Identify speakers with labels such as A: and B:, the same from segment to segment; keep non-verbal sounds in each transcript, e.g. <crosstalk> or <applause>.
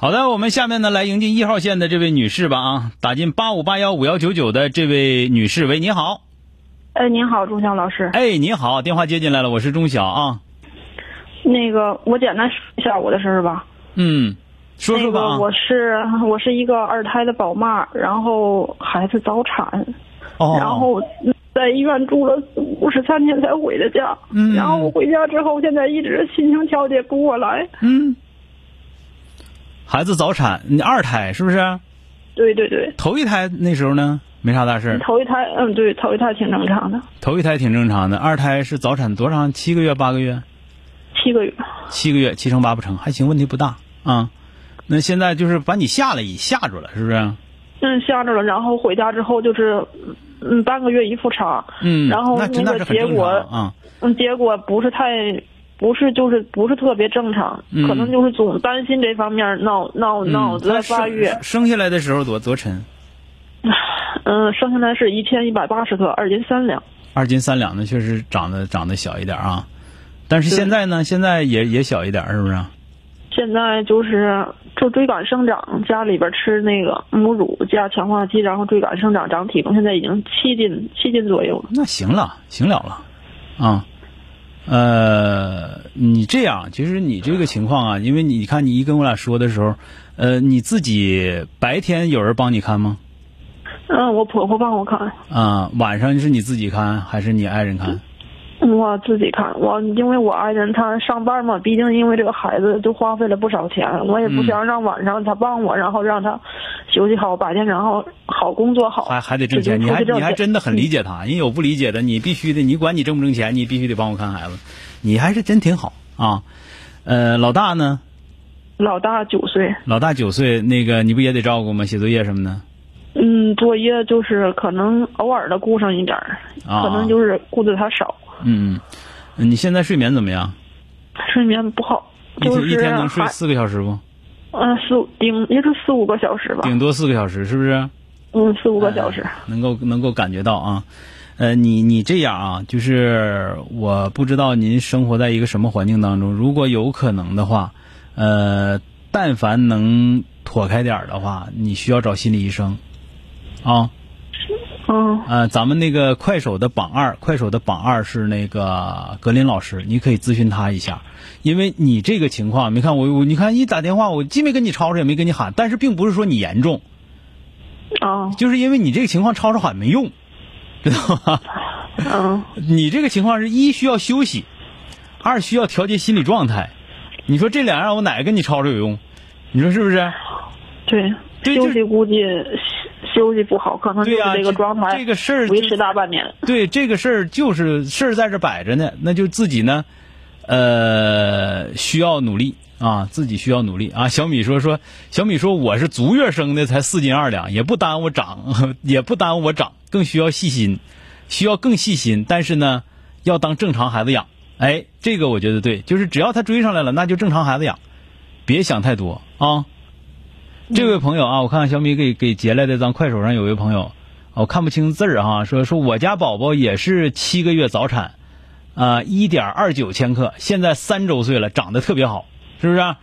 A: 好的，我们下面呢来迎进一号线的这位女士吧啊，打进八五八幺五幺九九的这位女士，喂，你好，
B: 哎，您好，钟晓老师。
A: 哎，你好，电话接进来了，我是钟晓啊，
B: 那个，我简单说一下我的事儿吧。
A: 嗯，说说吧
B: 那
A: 啊
B: 个，，哎我是我是一个二胎的宝妈，然后孩子早产，然
A: 哦，
B: 后在医院住了五十三天才回的家。
A: 嗯
B: 然后我回家之后，现在一直心情调节不过来。
A: 嗯，孩子早产，你二胎是不是？
B: 对对对，
A: 头一胎那时候呢没啥大事儿，
B: 头一胎，嗯，对，头一胎挺正常的，
A: 头一胎挺正常的，二胎是早产多长？七个月、八个月？
B: 七个月。
A: 七个月，七成八不成，还行，问题不大啊。那现在就是把你吓了一吓住了，是不是？
B: 嗯，吓着了。然后回家之后就是，嗯，半个月一复查，
A: 嗯，
B: 然后
A: 那真
B: 那
A: 的是
B: 个
A: 很
B: 结
A: 正
B: 果
A: 常啊。
B: 嗯，结果不是太，不是就是不是特别正常，
A: 嗯
B: 可能就是总担心这方面脑脑
A: 嗯
B: 脑子
A: 他
B: 的发育。
A: 生生下来的时候多多沉，
B: 嗯，生下来是一千一百八十克，二斤三两。
A: 二斤三两的，确实长得长得小一点啊。但是
B: 对
A: 现在呢，现在也也小一点，是啊不是？
B: 现在就是就追赶生长，家里边吃那个母乳加强化剂，然后追赶生长长体重，现在已经七斤七斤左右了。
A: 那行了，行了了，啊，呃，你这样，其实你这个情况啊，因为你看你一跟我俩说的时候，呃，你自己白天有人帮你看吗？
B: 嗯，我婆婆帮我看，
A: 啊，晚上是你自己看还是你爱人看？
B: 我自己看。我因为我爱人他上班嘛，毕竟因为这个孩子就花费了不少钱，我也不想让晚上他帮我，然后让他休息好，白天然后好工作好，
A: 还还得挣钱，
B: 这
A: 你
B: 就
A: 还
B: 出去挣嗯
A: 你还
B: 钱
A: 真的很理解他，因为有不理解的，你必须的，你管你挣不挣钱，你必须得帮我看孩子，你还是真挺好啊。呃，老大呢？
B: 老大九岁，
A: 老大九岁，那个你不也得照顾吗？写作业什么的
B: 嗯，作业就是可能偶尔的顾上一点儿，
A: 啊？
B: 可能就是顾得他少，
A: 嗯，嗯你现在睡眠怎么样？
B: 睡眠不好，
A: 一
B: 就
A: 天一
B: 是
A: 天能睡
B: 还
A: 四个小时不？
B: 嗯四五顶也就四五个小时吧，
A: 顶哎多四个小时，是不是？
B: 嗯四五个小时，
A: 能够能够感觉到啊。呃，你你这样啊，就是我不知道您生活在一个什么环境当中。如果有可能的话，呃，但凡能躲开点儿的话，你需要找心理医生啊。
B: 嗯
A: 呃，咱们那个快手的榜二，快手的榜二是那个格林老师，你可以咨询他一下，因为你这个情况，没看我我你看一打电话，我既没跟你吵吵，也没跟你喊，但是并不是说你严重，
B: 啊
A: 就是因为你这个情况吵吵喊没用，知道吗？ <laughs>
B: 嗯
A: 你这个情况是一需要休息，二需要调节心理状态。你说这两样我哪个跟你吵吵有用？你说是不是？
B: 对，
A: 对就
B: 休息估计休息不好，可能就
A: 对
B: 是
A: 呀、
B: 这个状态
A: 这个事儿就嗯
B: 维持大半年，
A: 对这个事儿就是事儿在这摆着呢，那就自己呢，呃，需要努力啊，自己需要努力啊。小米说说，小米说我是足月生的，才四斤二两，也不耽误长， <laughs> 也不耽误我长，更需要细心，需要更细心，但是呢，要当正常孩子养。哎，这个我觉得对，就是只要他追上来了，那就正常孩子养，别想太多啊。这位朋友啊，我看看小米给给截来的，咱快手上有位朋友，我哦看不清字儿哈、说说我家宝宝也是七个月早产，啊、1一点二九千克，现在三周岁了，长得特别好，是不是、啊？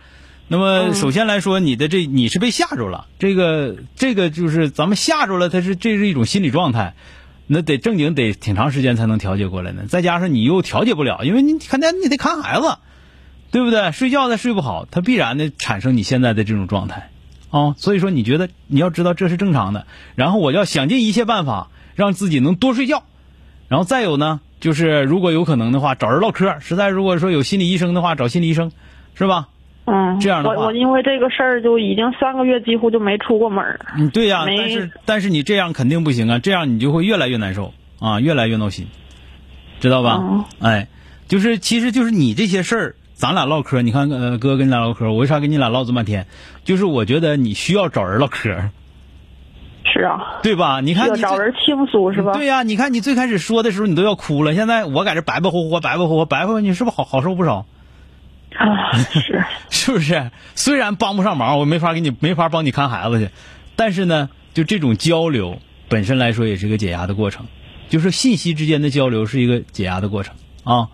A: 那么
B: 嗯
A: 首先来说，你的这你是被吓住了，这个这个就是咱们吓住了，它是这是一种心理状态，那得正经得挺长时间才能调节过来呢。再加上你又调节不了，因为你看家你得看孩子，对不对？睡觉他睡不好，他必然的产生你现在的这种状态，啊、所以说你觉得你要知道这是正常的，然后我要想尽一切办法让自己能多睡觉，然后再有呢，就是如果有可能的话，找人唠嗑，实在如果说有心理医生的话，找心理医生，是吧？
B: 嗯，
A: 这样的话
B: 我我因为这个事儿就已经三个月几乎就没出过门儿，
A: 嗯，对呀、
B: 没
A: 但是但是你这样肯定不行啊，这样你就会越来越难受啊，越来越闹心，知道吧？
B: 嗯
A: 哎，就是其实就是你这些事儿，咱俩唠嗑，你看呃哥跟你俩唠嗑，我为啥跟你俩唠这么半天？就是我觉得你需要找人唠嗑，
B: 是啊，
A: 对吧？你看
B: 要
A: 你
B: 找
A: 最
B: 人倾诉是吧？
A: 对呀、你看你最开始说的时候你都要哭了，现在我在这白白活活、白白活活、白活，你是不是好好受不少？<laughs>
B: 啊，是
A: 是不是？虽然帮不上忙，我没法给你，没法帮你看孩子去，但是呢，就这种交流本身来说也是一个解压的过程，就是信息之间的交流是一个解压的过程啊，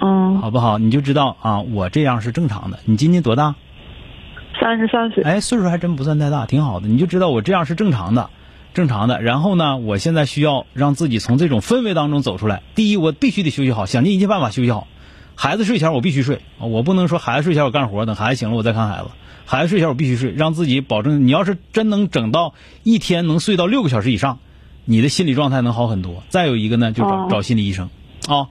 B: 嗯，
A: 好不好？你就知道啊，我这样是正常的。你今年多大？
B: 三十三岁，
A: 哎，岁数还真不算太大，挺好的。你就知道我这样是正常的，正常的。然后呢，我现在需要让自己从这种氛围当中走出来。第一，我必须得休息好，想尽一切办法休息好。孩子睡前我必须睡，啊我不能说孩子睡前我干活，等孩子醒了我再看孩子。孩子睡前我必须睡，让自己保证。你要是真能整到一天能睡到六个小时以上，你的心理状态能好很多。再有一个呢，就找、
B: 哦
A: 找心理医生。啊，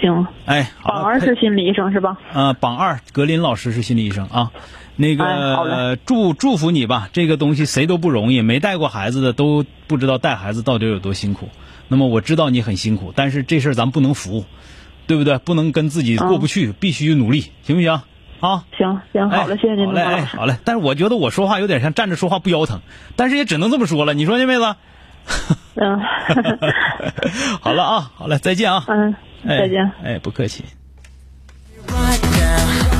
B: 行，
A: 哎，好
B: 榜
A: 了
B: 二是心理医生是吧？
A: 呃，榜二格林老师是心理医生啊。那个、
B: 哎好嘞
A: 呃祝祝福你吧，这个东西谁都不容易，没带过孩子的都不知道带孩子到底有多辛苦。那么我知道你很辛苦，但是这事儿咱不能服，对不对？不能跟自己
B: 嗯
A: 过不去，必须努力，行不行？啊，
B: 行行，嗯好了，
A: 哎
B: 谢谢您，
A: 好嘞，
B: 马老
A: 哎，
B: 师。
A: 好嘞。但是我觉得我说话有点像站着说话不腰疼，但是也只能这么说了。你 <laughs> 说这妹
B: <laughs>
A: 子？
B: 嗯
A: <laughs> 好了啊，好嘞，再见啊，
B: 嗯，
A: 哎
B: 再见。
A: 哎，不客气。
C: right now.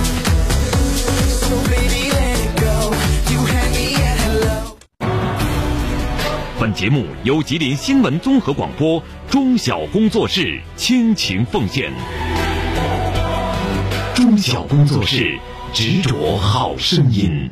C: So baby, let it go. You had me at hello.
D: 本节目由吉林新闻综合广播中小工作室倾情奉献。中小工作室执着好声音。